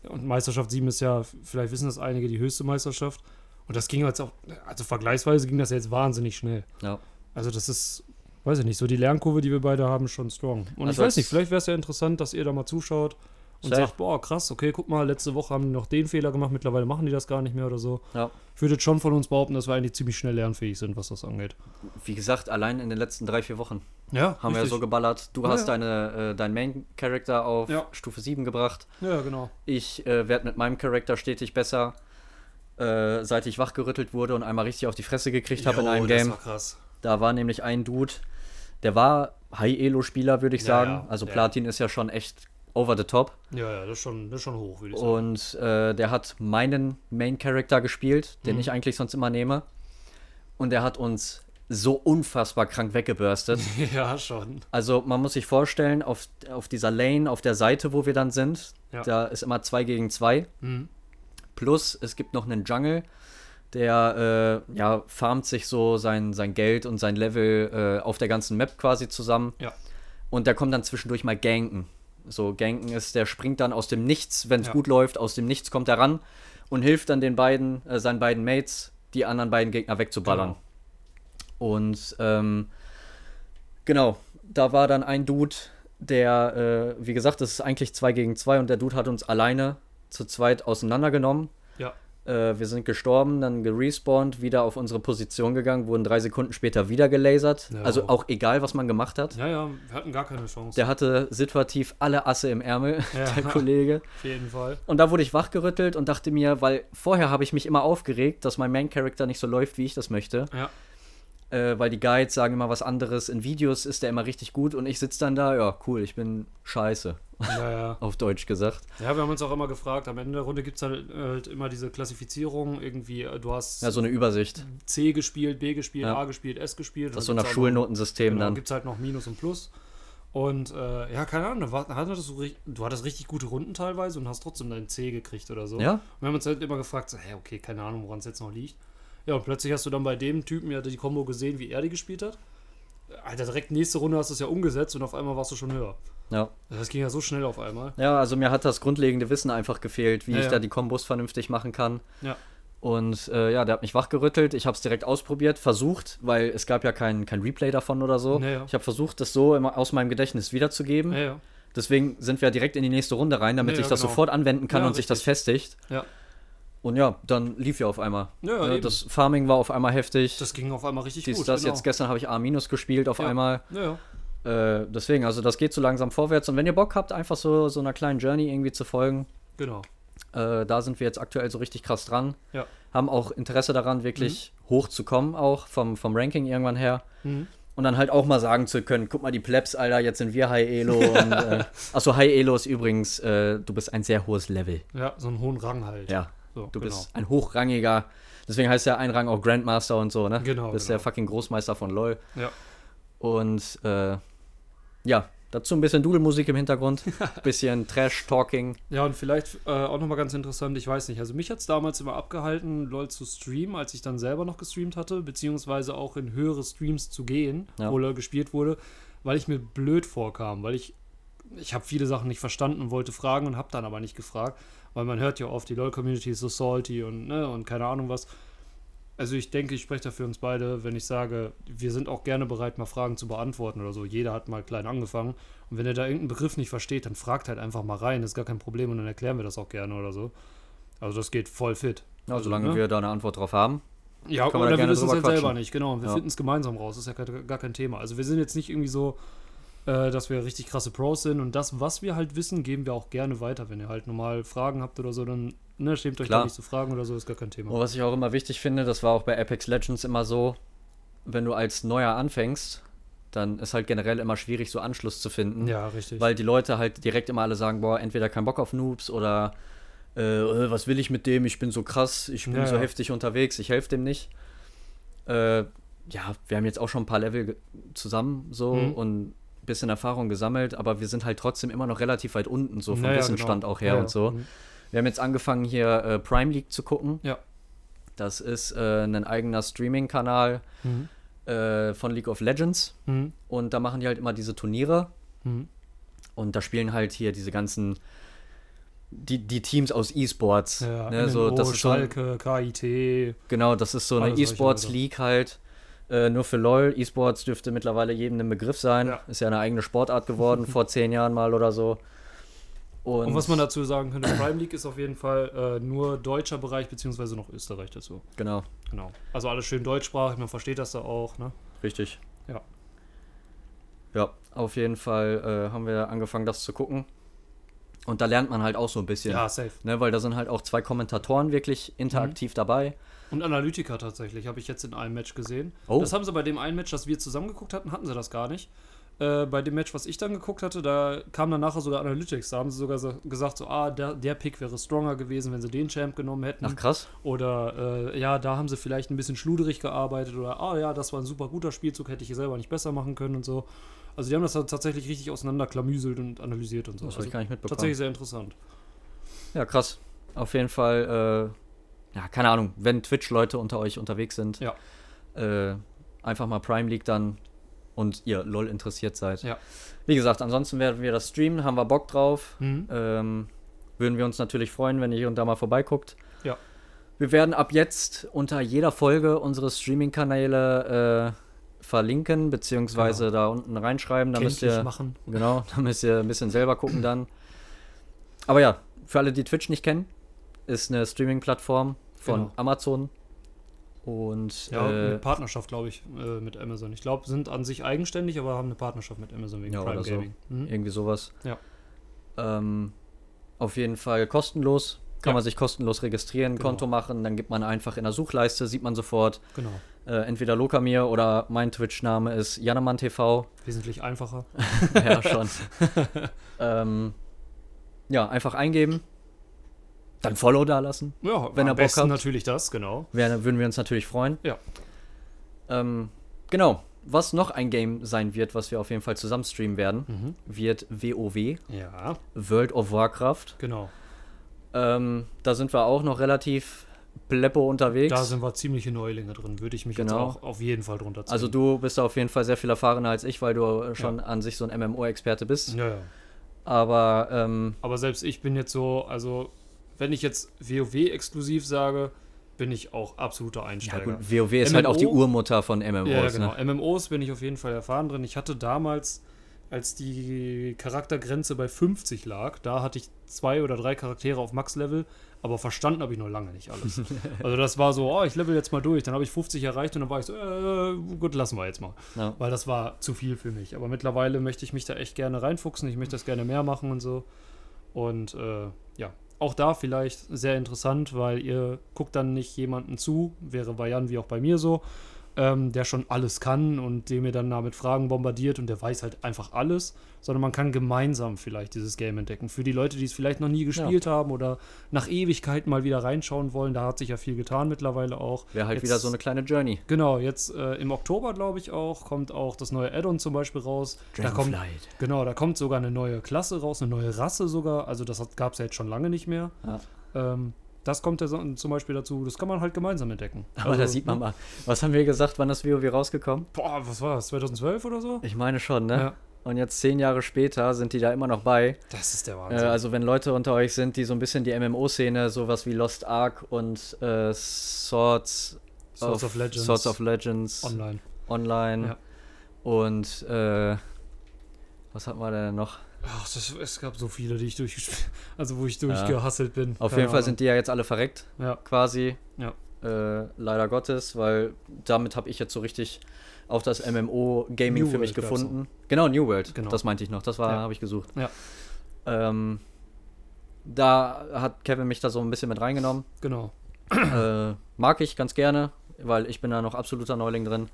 [SPEAKER 2] Und Meisterschaft 7 ist ja, vielleicht wissen das einige, die höchste Meisterschaft. Und das ging jetzt auch, also vergleichsweise ging das jetzt wahnsinnig schnell.
[SPEAKER 1] Ja.
[SPEAKER 2] Also das ist, weiß ich nicht, so die Lernkurve, die wir beide haben, schon strong.
[SPEAKER 1] Also
[SPEAKER 2] Und ich
[SPEAKER 1] als-
[SPEAKER 2] weiß nicht, vielleicht wäre es ja interessant, dass ihr da mal zuschaut und
[SPEAKER 1] Safe.
[SPEAKER 2] sagt, boah, krass, okay, guck mal, letzte Woche haben die noch den Fehler gemacht, mittlerweile machen die das gar nicht mehr oder so.
[SPEAKER 1] ja.
[SPEAKER 2] Ich würde jetzt schon von uns behaupten, dass wir eigentlich ziemlich schnell lernfähig sind, was das angeht.
[SPEAKER 1] Wie gesagt, allein in den letzten drei, vier Wochen
[SPEAKER 2] Ja,
[SPEAKER 1] haben wir ja so geballert. Du
[SPEAKER 2] Ja,
[SPEAKER 1] hast
[SPEAKER 2] ja.
[SPEAKER 1] deine, äh, deinen Main-Charakter auf
[SPEAKER 2] Ja.
[SPEAKER 1] Stufe 7 gebracht.
[SPEAKER 2] Ja, genau.
[SPEAKER 1] Ich äh, werde mit meinem Charakter stetig besser. äh, seit ich wachgerüttelt wurde und einmal richtig auf die Fresse gekriegt habe in
[SPEAKER 2] Jo,
[SPEAKER 1] einem
[SPEAKER 2] das
[SPEAKER 1] Game.
[SPEAKER 2] war krass.
[SPEAKER 1] Da war nämlich ein Dude, der war High-Elo-Spieler, würde ich
[SPEAKER 2] Ja,
[SPEAKER 1] sagen.
[SPEAKER 2] ja,
[SPEAKER 1] also
[SPEAKER 2] ja.
[SPEAKER 1] Platin ist ja schon echt over the top.
[SPEAKER 2] Ja, ja, das ist schon, das ist schon hoch, würde ich sagen.
[SPEAKER 1] Und äh, der hat meinen Main-Character gespielt, den
[SPEAKER 2] Mhm.
[SPEAKER 1] ich eigentlich sonst immer nehme. Und der hat uns so unfassbar krank weggebürstet.
[SPEAKER 2] ja, schon.
[SPEAKER 1] Also man muss sich vorstellen, auf, auf dieser Lane, auf der Seite, wo wir dann sind,
[SPEAKER 2] Ja.
[SPEAKER 1] da ist immer 2 gegen 2.
[SPEAKER 2] Mhm.
[SPEAKER 1] Plus es gibt noch einen Jungle, der äh, ja, farmt sich so sein, sein Geld und sein Level äh, auf der ganzen Map quasi zusammen.
[SPEAKER 2] Ja.
[SPEAKER 1] Und der kommt dann zwischendurch mal ganken. So, ganken ist, der springt dann aus dem Nichts, wenn es
[SPEAKER 2] Ja.
[SPEAKER 1] gut läuft, aus dem Nichts kommt er ran und hilft dann den beiden, äh, seinen beiden Mates, die anderen beiden Gegner wegzuballern. Und ähm, genau, da war dann ein Dude, der, äh, wie gesagt, es ist eigentlich zwei gegen zwei und der Dude hat uns alleine zu zweit auseinandergenommen.
[SPEAKER 2] Ja.
[SPEAKER 1] Äh, wir sind gestorben, dann gerespawnt, wieder auf unsere Position gegangen, wurden drei Sekunden später wieder gelasert.
[SPEAKER 2] Ja.
[SPEAKER 1] Also auch egal, was man gemacht hat.
[SPEAKER 2] Ja, ja, wir hatten gar keine Chance.
[SPEAKER 1] Der hatte situativ alle Asse im Ärmel,
[SPEAKER 2] Ja.
[SPEAKER 1] der Kollege.
[SPEAKER 2] Auf jeden Fall.
[SPEAKER 1] Und da wurde ich wachgerüttelt und dachte mir, weil vorher habe ich mich immer aufgeregt, dass mein Main-Character nicht so läuft, wie ich das möchte.
[SPEAKER 2] Ja.
[SPEAKER 1] Äh, weil die Guides sagen immer was anderes. In Videos ist der immer richtig gut und ich sitze dann da, ja, cool, ich bin scheiße,
[SPEAKER 2] Ja, ja.
[SPEAKER 1] auf Deutsch gesagt.
[SPEAKER 2] Ja, wir haben uns auch immer gefragt, am Ende der Runde gibt es halt, halt immer diese Klassifizierung, irgendwie, äh, du hast
[SPEAKER 1] Ja, so eine Übersicht.
[SPEAKER 2] C gespielt, B gespielt,
[SPEAKER 1] Ja.
[SPEAKER 2] A gespielt, S gespielt. halt
[SPEAKER 1] Das ist so nach Schulnotensystem
[SPEAKER 2] also Genau,
[SPEAKER 1] dann.
[SPEAKER 2] gibt es halt noch Minus und Plus. Und äh, ja, keine Ahnung, da war- da hattest du, ri- du hattest richtig gute Runden teilweise und hast trotzdem deinen C gekriegt oder so.
[SPEAKER 1] Ja?
[SPEAKER 2] Und wir haben uns halt immer gefragt, so, hä, okay, keine Ahnung, woran es jetzt noch liegt. Ja, und plötzlich hast du dann bei dem Typen ja die Kombo gesehen, wie er die gespielt hat. Alter, direkt nächste Runde hast du es ja umgesetzt und auf einmal warst du schon höher.
[SPEAKER 1] Ja.
[SPEAKER 2] Das ging ja so schnell auf einmal.
[SPEAKER 1] Ja, also mir hat das grundlegende Wissen einfach gefehlt, wie
[SPEAKER 2] Ja,
[SPEAKER 1] ich
[SPEAKER 2] ja.
[SPEAKER 1] da die Kombos vernünftig machen kann.
[SPEAKER 2] Ja.
[SPEAKER 1] Und äh, ja, der hat mich wachgerüttelt. Ich habe es direkt ausprobiert, versucht, weil es gab ja kein, kein Replay davon oder so.
[SPEAKER 2] Ja, ja.
[SPEAKER 1] Ich habe versucht, das so immer aus meinem Gedächtnis wiederzugeben.
[SPEAKER 2] Ja, ja.
[SPEAKER 1] Deswegen sind wir direkt in die nächste Runde rein, damit
[SPEAKER 2] Ja,
[SPEAKER 1] ich
[SPEAKER 2] ja,
[SPEAKER 1] das
[SPEAKER 2] genau.
[SPEAKER 1] sofort anwenden kann
[SPEAKER 2] Ja,
[SPEAKER 1] und sich das festigt.
[SPEAKER 2] ja.
[SPEAKER 1] Und ja, dann lief ja auf einmal.
[SPEAKER 2] Ja,
[SPEAKER 1] Ne,
[SPEAKER 2] eben.
[SPEAKER 1] das Farming war auf einmal heftig.
[SPEAKER 2] Das ging auf einmal richtig
[SPEAKER 1] Dies,
[SPEAKER 2] gut.
[SPEAKER 1] das
[SPEAKER 2] genau.
[SPEAKER 1] jetzt gestern habe ich A- gespielt auf
[SPEAKER 2] Ja.
[SPEAKER 1] einmal.
[SPEAKER 2] Ja, ja.
[SPEAKER 1] Äh, deswegen, also das geht so langsam vorwärts. Und wenn ihr Bock habt, einfach so, so einer kleinen Journey irgendwie zu folgen,
[SPEAKER 2] Genau.
[SPEAKER 1] Äh, da sind wir jetzt aktuell so richtig krass dran.
[SPEAKER 2] Ja.
[SPEAKER 1] Haben auch Interesse daran, wirklich hochzukommen, auch vom, vom Ranking irgendwann her.
[SPEAKER 2] Mhm.
[SPEAKER 1] Und dann halt auch mal sagen zu können: guck mal, die Plebs, Alter, jetzt sind wir High Elo. und, äh, achso, High Elo ist übrigens, äh, du bist ein sehr hohes Level.
[SPEAKER 2] Ja, so einen hohen Rang halt.
[SPEAKER 1] Ja.
[SPEAKER 2] So,
[SPEAKER 1] Du
[SPEAKER 2] genau.
[SPEAKER 1] bist ein hochrangiger. Deswegen heißt ja ein Rang auch Grandmaster und so, ne?
[SPEAKER 2] Genau,
[SPEAKER 1] Du bist
[SPEAKER 2] genau.
[SPEAKER 1] der fucking Großmeister von LOL.
[SPEAKER 2] Ja.
[SPEAKER 1] Und äh, ja, dazu ein bisschen Dudelmusik im Hintergrund, bisschen Trash-Talking.
[SPEAKER 2] Ja, und vielleicht äh, auch nochmal ganz interessant, ich weiß nicht, also mich hat es damals immer abgehalten, LOL zu streamen, als ich dann selber noch gestreamt hatte, beziehungsweise auch in höhere Streams zu gehen,
[SPEAKER 1] Ja.
[SPEAKER 2] wo LOL gespielt wurde, weil ich mir blöd vorkam, weil ich, ich habe viele Sachen nicht verstanden und wollte fragen und habe dann aber nicht gefragt, weil man hört ja oft, die LOL-Community ist so salty und, ne, und keine Ahnung was. Also ich denke, ich spreche da für uns beide, wenn ich sage, wir sind auch gerne bereit, mal Fragen zu beantworten oder so. Jeder hat mal klein angefangen. Und wenn er da irgendeinen Begriff nicht versteht, dann fragt halt einfach mal rein, das ist gar kein Problem und dann erklären wir das auch gerne oder so. Also das geht voll fit.
[SPEAKER 1] Ja,
[SPEAKER 2] Also,
[SPEAKER 1] solange
[SPEAKER 2] ne?
[SPEAKER 1] wir da eine Antwort drauf haben.
[SPEAKER 2] Ja,
[SPEAKER 1] Kann man da
[SPEAKER 2] oder wir
[SPEAKER 1] gerne
[SPEAKER 2] wissen es
[SPEAKER 1] drüber
[SPEAKER 2] halt selber
[SPEAKER 1] quatschen.
[SPEAKER 2] nicht, genau. Und wir
[SPEAKER 1] Ja.
[SPEAKER 2] finden es gemeinsam raus, das ist ja gar, gar kein Thema. Also wir sind jetzt nicht irgendwie so, äh, dass wir richtig krasse Pros sind und das, was wir halt wissen, geben wir auch gerne weiter. Wenn ihr halt normal Fragen habt oder so, dann ne, schämt euch
[SPEAKER 1] Klar.
[SPEAKER 2] da nicht zu fragen oder so, ist gar kein Thema.
[SPEAKER 1] Und was ich auch immer wichtig finde, das war auch bei Apex Legends immer so, wenn du als Neuer anfängst, dann ist halt generell immer schwierig, so Anschluss zu finden.
[SPEAKER 2] Ja, richtig.
[SPEAKER 1] Weil die Leute halt direkt immer alle sagen, boah, entweder kein Bock auf Noobs oder äh, äh, was will ich mit dem, ich bin so krass, ich bin
[SPEAKER 2] Ja,
[SPEAKER 1] so
[SPEAKER 2] ja.
[SPEAKER 1] heftig unterwegs, ich helfe dem nicht. Äh, ja, wir haben jetzt auch schon ein paar Level ge- zusammen so
[SPEAKER 2] Mhm.
[SPEAKER 1] und ein bisschen Erfahrung gesammelt, aber wir sind halt trotzdem immer noch relativ weit unten, so vom
[SPEAKER 2] Ja, ja,
[SPEAKER 1] Wissensstand
[SPEAKER 2] genau.
[SPEAKER 1] auch her
[SPEAKER 2] Ja, ja.
[SPEAKER 1] und so.
[SPEAKER 2] Mhm.
[SPEAKER 1] Wir haben jetzt angefangen, hier äh, Prime League zu gucken.
[SPEAKER 2] Ja.
[SPEAKER 1] Das ist äh, ein eigener Streaming-Kanal
[SPEAKER 2] Mhm.
[SPEAKER 1] äh, von League of Legends.
[SPEAKER 2] Mhm.
[SPEAKER 1] Und da machen die halt immer diese Turniere.
[SPEAKER 2] Mhm.
[SPEAKER 1] Und da spielen halt hier diese ganzen. Die, die Teams aus E-Sports.
[SPEAKER 2] Ja,
[SPEAKER 1] ne, so,
[SPEAKER 2] MMO,
[SPEAKER 1] das ist schon,
[SPEAKER 2] Schalke, KIT.
[SPEAKER 1] genau, das ist so eine
[SPEAKER 2] Alles solche Leute.
[SPEAKER 1] E-Sports-League halt. Äh, nur für LOL. E-Sports dürfte mittlerweile jedem ein Begriff sein.
[SPEAKER 2] Ja.
[SPEAKER 1] Ist ja eine eigene Sportart geworden, vor zehn Jahren mal oder so. Und,
[SPEAKER 2] Und was man dazu sagen könnte, Prime League ist auf jeden Fall äh, nur deutscher Bereich, beziehungsweise noch Österreich dazu.
[SPEAKER 1] Genau,
[SPEAKER 2] Genau. Also alles schön deutschsprachig, man versteht das da auch, ne?
[SPEAKER 1] richtig.
[SPEAKER 2] Ja.
[SPEAKER 1] Ja, auf jeden Fall äh, haben wir angefangen, das zu gucken. Und da lernt man halt auch so ein bisschen.
[SPEAKER 2] Ja, safe.
[SPEAKER 1] Ne, weil da sind halt auch zwei Kommentatoren wirklich
[SPEAKER 2] Mhm.
[SPEAKER 1] interaktiv dabei.
[SPEAKER 2] Und Analytiker tatsächlich, habe ich jetzt in einem Match gesehen.
[SPEAKER 1] Oh.
[SPEAKER 2] Das haben sie bei dem einen Match, das wir zusammen geguckt hatten, hatten sie das gar nicht. Äh, bei dem Match, was ich dann geguckt hatte, da kam dann nachher sogar Analytics. Da haben sie sogar so, gesagt, so, ah, der, der Pick wäre stronger gewesen, wenn sie den Champ genommen hätten.
[SPEAKER 1] Ach krass.
[SPEAKER 2] Oder äh, ja, da haben sie vielleicht ein bisschen schluderig gearbeitet oder ah ja, das war ein super guter Spielzug, hätte ich selber nicht besser machen können und so. Also die haben das dann tatsächlich richtig auseinanderklamüselt und analysiert und so.
[SPEAKER 1] Das hab ich
[SPEAKER 2] also,
[SPEAKER 1] gar nicht mitbekommen.
[SPEAKER 2] tatsächlich sehr interessant.
[SPEAKER 1] Ja, krass. Auf jeden Fall, äh, ja, keine Ahnung, wenn Twitch-Leute unter euch unterwegs sind,
[SPEAKER 2] Ja.
[SPEAKER 1] äh, einfach mal Prime League dann und ihr LOL interessiert seid.
[SPEAKER 2] Ja.
[SPEAKER 1] Wie gesagt, ansonsten werden wir das streamen, haben wir Bock drauf.
[SPEAKER 2] Mhm.
[SPEAKER 1] Ähm, würden wir uns natürlich freuen, wenn ihr hier und da mal vorbeiguckt.
[SPEAKER 2] Ja.
[SPEAKER 1] Wir werden ab jetzt unter jeder Folge unsere Streaming-Kanäle äh, verlinken, beziehungsweise da unten reinschreiben. Da müsst
[SPEAKER 2] Kenntlich
[SPEAKER 1] ihr,
[SPEAKER 2] Genau. machen.
[SPEAKER 1] Genau, da müsst ihr ein bisschen selber gucken dann. Aber ja, für alle, die Twitch nicht kennen, ist eine Streaming-Plattform von
[SPEAKER 2] Genau.
[SPEAKER 1] Amazon. Und
[SPEAKER 2] Ja,
[SPEAKER 1] äh,
[SPEAKER 2] mit Partnerschaft, glaube ich, äh, mit Amazon. Ich glaube, sind an sich eigenständig, aber haben eine Partnerschaft mit Amazon wegen
[SPEAKER 1] Ja,
[SPEAKER 2] Prime
[SPEAKER 1] oder so.
[SPEAKER 2] Gaming. Mhm.
[SPEAKER 1] irgendwie sowas.
[SPEAKER 2] Ja.
[SPEAKER 1] Ähm, auf jeden Fall kostenlos. Kann
[SPEAKER 2] Ja.
[SPEAKER 1] man sich kostenlos registrieren,
[SPEAKER 2] Genau.
[SPEAKER 1] Konto machen, dann gibt man einfach in der Suchleiste, sieht man sofort,
[SPEAKER 2] Genau.
[SPEAKER 1] äh, entweder Lokamir oder mein Twitch-Name ist Janemann TV.
[SPEAKER 2] Wesentlich einfacher.
[SPEAKER 1] ja, schon. ähm, ja, einfach eingeben, dann Follow da lassen.
[SPEAKER 2] Ja,
[SPEAKER 1] Wenn
[SPEAKER 2] am
[SPEAKER 1] ihr Bock
[SPEAKER 2] besten
[SPEAKER 1] habt.
[SPEAKER 2] natürlich das, genau.
[SPEAKER 1] Wär, würden wir uns natürlich freuen.
[SPEAKER 2] Ja.
[SPEAKER 1] Ähm, genau. Was noch ein Game sein wird, was wir auf jeden Fall zusammen streamen werden,
[SPEAKER 2] Mhm.
[SPEAKER 1] wird WoW,
[SPEAKER 2] Ja,
[SPEAKER 1] World of Warcraft.
[SPEAKER 2] genau.
[SPEAKER 1] Ähm, da sind wir auch noch relativ pleppo unterwegs.
[SPEAKER 2] Da sind wir ziemliche Neulinge drin, würde ich mich
[SPEAKER 1] Genau.
[SPEAKER 2] jetzt auch auf jeden Fall drunter ziehen.
[SPEAKER 1] also du bist da auf jeden Fall sehr viel erfahrener als ich, weil du äh, schon an sich so ein MMO-Experte bist.
[SPEAKER 2] Ja, ja.
[SPEAKER 1] Aber ähm,
[SPEAKER 2] Aber selbst ich bin jetzt so, also wenn ich jetzt WoW exklusiv sage, bin ich auch absoluter
[SPEAKER 1] ja
[SPEAKER 2] Einsteiger.
[SPEAKER 1] gut, WoW ist halt auch die
[SPEAKER 2] MMO?
[SPEAKER 1] Urmutter von MMOs.
[SPEAKER 2] Ja, genau.
[SPEAKER 1] ne?
[SPEAKER 2] MMOs bin ich auf jeden Fall erfahren drin. Ich hatte damals, als die Charaktergrenze bei 50 lag, da hatte ich zwei oder drei Charaktere auf Max-Level, aber verstanden habe ich noch lange nicht alles. also das war so, oh, ich level jetzt mal durch. Dann habe ich 50 erreicht und dann war ich so, äh, gut, lassen wir jetzt mal.
[SPEAKER 1] Ja.
[SPEAKER 2] Weil das war zu viel für mich. Aber mittlerweile möchte ich mich da echt gerne reinfuchsen. Ich möchte das gerne mehr machen und so. Und äh, ja, auch da vielleicht sehr interessant, weil ihr guckt dann nicht jemanden zu, wäre bei Jan wie auch bei mir so, ähm, der schon alles kann und dem ihr dann da mit Fragen bombardiert und der weiß halt einfach alles, sondern man kann gemeinsam vielleicht dieses Game entdecken. Für die Leute, die es vielleicht noch nie gespielt haben oder nach Ewigkeiten mal wieder reinschauen wollen, da hat sich ja viel getan mittlerweile auch.
[SPEAKER 1] Wäre halt
[SPEAKER 2] Jetzt-
[SPEAKER 1] wieder so eine kleine Journey.
[SPEAKER 2] Genau, jetzt äh, im Oktober, glaube ich, auch, kommt auch das neue Add-on zum Beispiel raus. Da kommt,
[SPEAKER 1] Dragonflight.
[SPEAKER 2] genau, da kommt sogar eine neue Klasse raus, eine neue Rasse sogar. Also das gab es ja jetzt schon lange nicht mehr.
[SPEAKER 1] Ja.
[SPEAKER 2] Ähm, das kommt ja so- zum Beispiel dazu, das kann man halt gemeinsam entdecken.
[SPEAKER 1] Aber
[SPEAKER 2] also,
[SPEAKER 1] da sieht man mal. Was haben wir gesagt, wann das WoW rausgekommen?
[SPEAKER 2] Boah, was war das, 2012 oder so?
[SPEAKER 1] Ich meine schon, ne?
[SPEAKER 2] Ja.
[SPEAKER 1] Und jetzt zehn Jahre später sind die da immer noch bei.
[SPEAKER 2] Das ist der
[SPEAKER 1] Äh,
[SPEAKER 2] Wahnsinn.
[SPEAKER 1] also wenn Leute unter euch sind, die so ein bisschen die MMO-Szene, sowas wie Lost Ark und äh, Swords,
[SPEAKER 2] Swords of Legends.
[SPEAKER 1] Swords of Legends
[SPEAKER 2] Online.
[SPEAKER 1] online
[SPEAKER 2] Ja.
[SPEAKER 1] und äh, was hatten wir denn noch?
[SPEAKER 2] Ach, das, es gab so viele, die ich durchgespielt also wo ich durchgehasselt bin.
[SPEAKER 1] Auf
[SPEAKER 2] Keine
[SPEAKER 1] jeden Fall
[SPEAKER 2] Ahnung.
[SPEAKER 1] sind die ja jetzt alle verreckt,
[SPEAKER 2] Ja.
[SPEAKER 1] quasi.
[SPEAKER 2] Ja.
[SPEAKER 1] Äh, leider Gottes, weil damit habe ich jetzt so richtig auch das MMO-Gaming
[SPEAKER 2] New
[SPEAKER 1] für mich
[SPEAKER 2] World gab's
[SPEAKER 1] gefunden. Genau, New World.
[SPEAKER 2] Genau.
[SPEAKER 1] Das meinte ich noch. Das war,
[SPEAKER 2] Ja.
[SPEAKER 1] habe ich gesucht.
[SPEAKER 2] Ja.
[SPEAKER 1] Ähm, da hat Kevin mich da so ein bisschen mit reingenommen.
[SPEAKER 2] Genau.
[SPEAKER 1] äh, mag ich ganz gerne, weil ich bin da noch absoluter Neuling drin.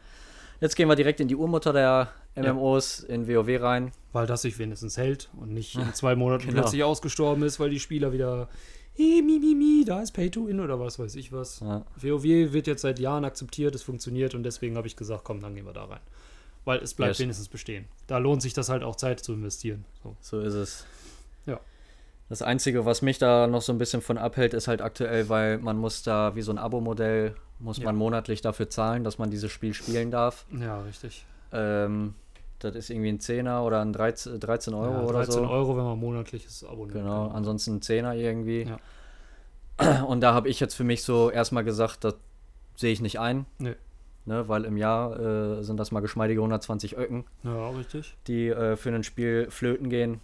[SPEAKER 1] Jetzt gehen wir direkt in die Urmutter der MMOs in WoW rein.
[SPEAKER 2] Weil das sich wenigstens hält und nicht in zwei Monaten
[SPEAKER 1] Genau.
[SPEAKER 2] plötzlich ausgestorben ist, weil die Spieler wieder, hey, mi, mi, mi, da ist Pay to Win oder was weiß ich was.
[SPEAKER 1] Ja.
[SPEAKER 2] WoW wird jetzt seit Jahren akzeptiert, es funktioniert und deswegen habe ich gesagt, komm, dann gehen wir da rein. Weil es bleibt
[SPEAKER 1] Yes.
[SPEAKER 2] wenigstens bestehen. Da lohnt sich das halt auch Zeit zu investieren. So.
[SPEAKER 1] So ist es.
[SPEAKER 2] Ja.
[SPEAKER 1] Das Einzige, was mich da noch so ein bisschen von abhält, ist halt aktuell, weil man muss da wie so ein Abo-Modell, muss
[SPEAKER 2] Ja.
[SPEAKER 1] man monatlich dafür zahlen, dass man dieses Spiel spielen darf.
[SPEAKER 2] Ja, richtig.
[SPEAKER 1] Ähm, das ist irgendwie ein Zehner oder ein 13, 13 Euro
[SPEAKER 2] ja,
[SPEAKER 1] oder so.
[SPEAKER 2] Euro, wenn man monatliches Abo nimmt.
[SPEAKER 1] Genau, ansonsten ein Zehner irgendwie.
[SPEAKER 2] Ja.
[SPEAKER 1] Und da habe ich jetzt für mich so erstmal gesagt, das sehe ich nicht ein.
[SPEAKER 2] Nee.
[SPEAKER 1] Ne, weil im Jahr äh, sind das mal geschmeidige 120 Öcken,
[SPEAKER 2] Ja, richtig.
[SPEAKER 1] die äh, für ein Spiel flöten gehen.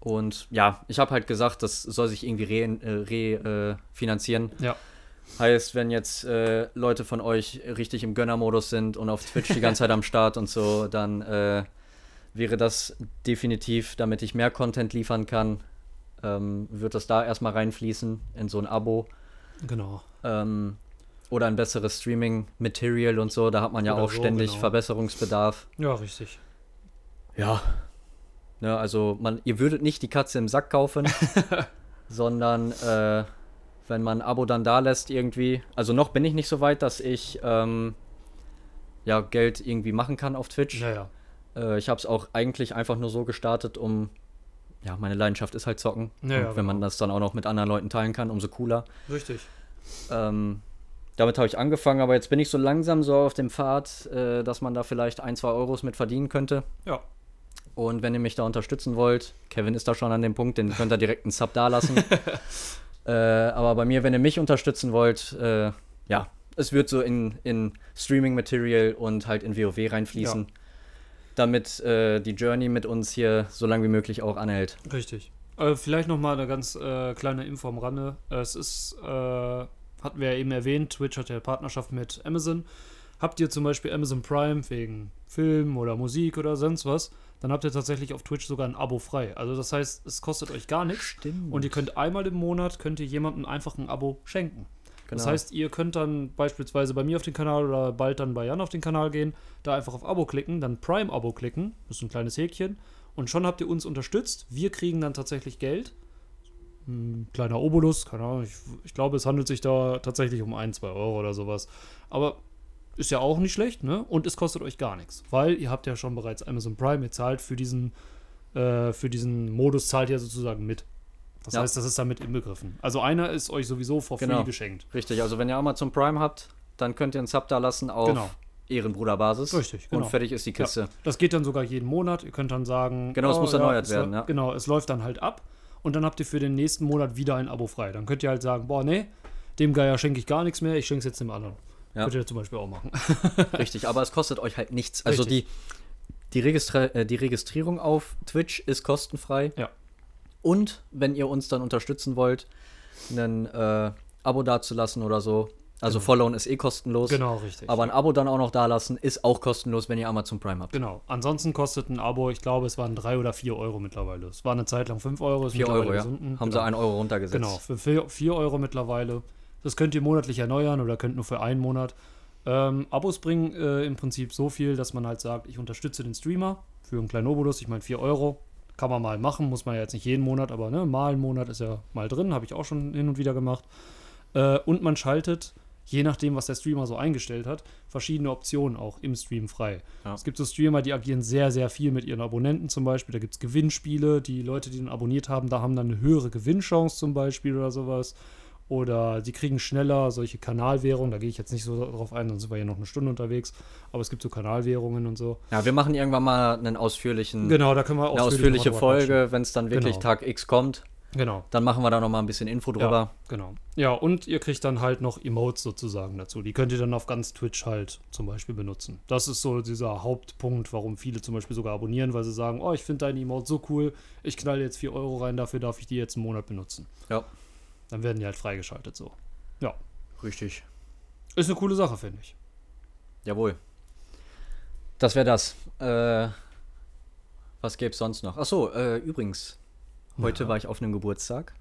[SPEAKER 1] Und ja, ich habe halt gesagt, das soll sich irgendwie refinanzieren. Re, äh, finanzieren.
[SPEAKER 2] Ja.
[SPEAKER 1] Heißt, wenn jetzt äh, Leute von euch richtig im Gönnermodus sind und auf Twitch die ganze Zeit am Start und so, dann äh, wäre das definitiv, damit ich mehr Content liefern kann, ähm, wird das da erstmal reinfließen in so ein Abo.
[SPEAKER 2] Genau.
[SPEAKER 1] Ähm, oder ein besseres Streaming-Material und so. Da hat man ja
[SPEAKER 2] Oder
[SPEAKER 1] auch
[SPEAKER 2] so,
[SPEAKER 1] ständig
[SPEAKER 2] genau.
[SPEAKER 1] Verbesserungsbedarf.
[SPEAKER 2] Ja, richtig.
[SPEAKER 1] Ja. Ne, also man, ihr würdet nicht die Katze im Sack kaufen, sondern äh, wenn man ein Abo dann da lässt irgendwie. Also noch bin ich nicht so weit, dass ich ähm, ja Geld irgendwie machen kann auf Twitch.
[SPEAKER 2] Naja.
[SPEAKER 1] Äh, ich habe es auch eigentlich einfach nur so gestartet, um ja meine Leidenschaft ist halt zocken.
[SPEAKER 2] Ja, ja, genau.
[SPEAKER 1] und wenn man das dann auch noch mit anderen Leuten teilen kann, umso cooler.
[SPEAKER 2] Richtig.
[SPEAKER 1] Ähm, damit habe ich angefangen, aber jetzt bin ich so langsam so auf dem Pfad, äh, dass man da vielleicht ein, zwei Euros mit verdienen könnte.
[SPEAKER 2] Ja.
[SPEAKER 1] Und wenn ihr mich da unterstützen wollt, Kevin ist da schon an dem Punkt, den könnt ihr direkt einen Sub dalassen. äh, aber bei mir, wenn ihr mich unterstützen wollt, äh, ja, es wird so in, in Streaming-Material und halt in WoW reinfließen, damit äh, die Journey mit uns hier so lange wie möglich auch anhält.
[SPEAKER 2] Richtig. Äh, vielleicht nochmal eine ganz äh, kleine Info am Rande. Äh, es ist, äh, hatten wir ja eben erwähnt, Twitch hat ja Partnerschaft mit Amazon. Habt ihr zum Beispiel Amazon Prime wegen Film oder Musik oder sonst was, dann habt ihr tatsächlich auf Twitch sogar ein Abo frei. Also das heißt, es kostet euch gar nichts.
[SPEAKER 1] Stimmt.
[SPEAKER 2] Und ihr könnt einmal im Monat, könnt ihr jemandem einfach ein Abo schenken. Das
[SPEAKER 1] Genau.
[SPEAKER 2] heißt, ihr könnt dann beispielsweise bei mir auf den Kanal oder bald dann bei Jan auf den Kanal gehen, da einfach auf Abo klicken, dann Prime-Abo klicken, das ist ein kleines Häkchen, und schon habt ihr uns unterstützt. Wir kriegen dann tatsächlich Geld. Ein kleiner Obolus, keine Ahnung, ich, ich glaube, es handelt sich da tatsächlich um ein, zwei Euro oder sowas. Aber ist ja auch nicht schlecht, ne? Und es kostet euch gar nichts, weil ihr habt ja schon bereits Amazon Prime, ihr zahlt für diesen, äh, für diesen Modus, zahlt ihr sozusagen mit. Das
[SPEAKER 1] Ja.
[SPEAKER 2] heißt, das ist damit inbegriffen. Also einer ist euch sowieso for
[SPEAKER 1] Genau.
[SPEAKER 2] free geschenkt.
[SPEAKER 1] Richtig, also wenn ihr Amazon Prime habt, dann könnt ihr einen Sub dalassen auf
[SPEAKER 2] Genau.
[SPEAKER 1] Ehrenbruderbasis.
[SPEAKER 2] Richtig, genau.
[SPEAKER 1] Und fertig ist die Kiste.
[SPEAKER 2] Das geht dann sogar jeden Monat. Ihr könnt dann sagen. oh,
[SPEAKER 1] Genau, es muss erneuert
[SPEAKER 2] es
[SPEAKER 1] werden,
[SPEAKER 2] lä-
[SPEAKER 1] ja.
[SPEAKER 2] Genau, es läuft dann halt ab. Und dann habt ihr für den nächsten Monat wieder ein Abo frei. Dann könnt ihr halt sagen, boah, nee, dem Geier schenke ich gar nichts mehr, ich schenke es jetzt dem anderen.
[SPEAKER 1] Ja.
[SPEAKER 2] Könnt ihr zum Beispiel auch machen.
[SPEAKER 1] Richtig, aber es kostet euch halt nichts. Also
[SPEAKER 2] Richtig.
[SPEAKER 1] die, die, Registra äh, die Registrierung auf Twitch ist kostenfrei.
[SPEAKER 2] Ja.
[SPEAKER 1] Und wenn ihr uns dann unterstützen wollt, ein äh, Abo dazulassen oder so. Also Followen ist eh kostenlos.
[SPEAKER 2] genau, richtig.
[SPEAKER 1] Aber ein Abo dann auch noch dalassen ist auch kostenlos, wenn ihr Amazon Prime habt.
[SPEAKER 2] genau. Ansonsten kostet ein Abo, ich glaube, es waren drei oder vier Euro mittlerweile. Es war eine Zeit lang fünf Euro. ist
[SPEAKER 1] 4
[SPEAKER 2] mittlerweile
[SPEAKER 1] Euro, ja.
[SPEAKER 2] gesunken.
[SPEAKER 1] Haben
[SPEAKER 2] genau.
[SPEAKER 1] sie 1 Euro runtergesetzt.
[SPEAKER 2] Genau, für vier- vier Euro mittlerweile. Das könnt ihr monatlich erneuern oder könnt nur für einen Monat. Ähm, Abos bringen äh, im Prinzip so viel, dass man halt sagt, ich unterstütze den Streamer für einen kleinen Obolus, ich meine 4 Euro. Kann man mal machen, muss man ja jetzt nicht jeden Monat, aber ne, mal einen Monat ist ja mal drin, habe ich auch schon hin und wieder gemacht. Äh, und man schaltet, je nachdem, was der Streamer so eingestellt hat, verschiedene Optionen auch im Stream frei.
[SPEAKER 1] Ja.
[SPEAKER 2] Es gibt so Streamer, die agieren sehr, sehr viel mit ihren Abonnenten zum Beispiel. Da gibt es Gewinnspiele. Die Leute, die dann abonniert haben, da haben dann eine höhere Gewinnchance zum Beispiel oder sowas. Oder die kriegen schneller solche Kanalwährungen. Da gehe ich jetzt nicht so drauf ein, sonst sind wir hier noch eine Stunde unterwegs. Aber es gibt so Kanalwährungen und so.
[SPEAKER 1] Ja, wir machen irgendwann mal einen ausführlichen,
[SPEAKER 2] Genau, da können wir auch
[SPEAKER 1] eine ausführliche Folge, wenn es dann wirklich
[SPEAKER 2] Genau.
[SPEAKER 1] Tag X kommt.
[SPEAKER 2] Genau.
[SPEAKER 1] Dann machen wir da noch mal ein bisschen Info drüber.
[SPEAKER 2] Ja, genau. Ja, und ihr kriegt dann halt noch Emotes sozusagen dazu. Die könnt ihr dann auf ganz Twitch halt zum Beispiel benutzen. Das ist so dieser Hauptpunkt, warum viele zum Beispiel sogar abonnieren, weil sie sagen, oh, ich finde deine Emote so cool, ich knalle jetzt 4 Euro rein, dafür darf ich die jetzt einen Monat benutzen.
[SPEAKER 1] Ja.
[SPEAKER 2] Dann werden die halt freigeschaltet so. Ja,
[SPEAKER 1] Richtig.
[SPEAKER 2] ist eine coole Sache, finde ich.
[SPEAKER 1] Jawohl. Das wäre das. Äh, was gäbe es sonst noch? Achso, äh, übrigens, heute war ich auf einem Geburtstag.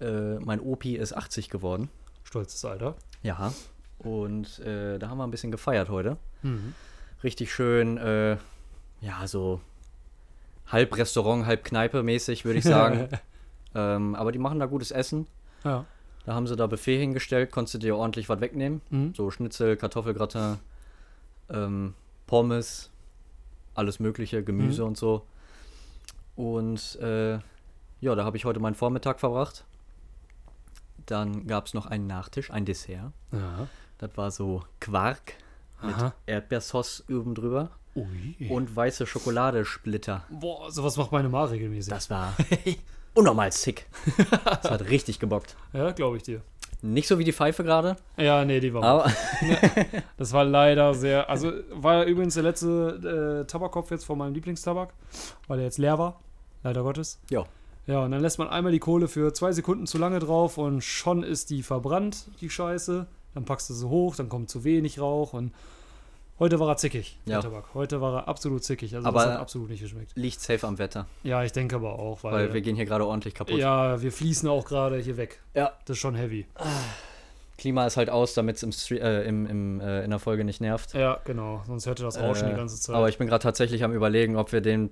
[SPEAKER 1] Äh, mein Opi ist 80 geworden.
[SPEAKER 2] Stolzes Alter.
[SPEAKER 1] Ja. Und äh, da haben wir ein bisschen gefeiert heute.
[SPEAKER 2] Mhm.
[SPEAKER 1] Richtig schön, äh, ja, so halb Restaurant, halb Kneipe mäßig, würde ich sagen. ähm, aber die machen da gutes Essen.
[SPEAKER 2] Ja.
[SPEAKER 1] Da haben sie da Buffet hingestellt, konntest du dir ordentlich was wegnehmen.
[SPEAKER 2] Mhm.
[SPEAKER 1] So Schnitzel, Kartoffelgratin, ähm, Pommes, alles mögliche, Gemüse und so. Und äh, ja, da habe ich heute meinen Vormittag verbracht. Dann gab es noch einen Nachtisch, ein Dessert.
[SPEAKER 2] ja.
[SPEAKER 1] Das war so Quark,
[SPEAKER 2] Aha.
[SPEAKER 1] Erdbeersauce oben drüber
[SPEAKER 2] Ui.
[SPEAKER 1] und weiße Schokoladesplitter.
[SPEAKER 2] Boah, sowas macht meine Ma regelmäßig.
[SPEAKER 1] Das war unnormal sick. Das hat richtig gebockt.
[SPEAKER 2] Ja, glaube ich dir.
[SPEAKER 1] Nicht so wie die Pfeife gerade,
[SPEAKER 2] Ja, nee, die war
[SPEAKER 1] aber
[SPEAKER 2] Das war leider sehr. Also war übrigens der letzte äh, Tabakkopf jetzt von meinem Lieblingstabak, weil der jetzt leer war. Leider Gottes.
[SPEAKER 1] ja,
[SPEAKER 2] Ja, und dann lässt man einmal die Kohle für zwei Sekunden zu lange drauf und schon ist die verbrannt, die Scheiße. Dann packst du sie hoch, dann kommt zu wenig Rauch und Heute war er zickig, der
[SPEAKER 1] Ja.
[SPEAKER 2] Tabak. Heute war er absolut zickig. Also
[SPEAKER 1] Aber-
[SPEAKER 2] das hat absolut nicht geschmeckt.
[SPEAKER 1] Liegt safe am Wetter,
[SPEAKER 2] Ja, ich denke aber auch, weil,
[SPEAKER 1] weil wir gehen hier gerade ordentlich kaputt.
[SPEAKER 2] ja, wir fließen auch gerade hier weg.
[SPEAKER 1] Ja.
[SPEAKER 2] Das ist schon heavy.
[SPEAKER 1] Klima ist halt aus, damit es im Stre- äh, im, im, äh, in der Folge nicht nervt.
[SPEAKER 2] Ja, genau. Sonst hört ihr das Rauschen
[SPEAKER 1] Äh,
[SPEAKER 2] die ganze Zeit.
[SPEAKER 1] Aber ich bin gerade tatsächlich am überlegen, ob wir den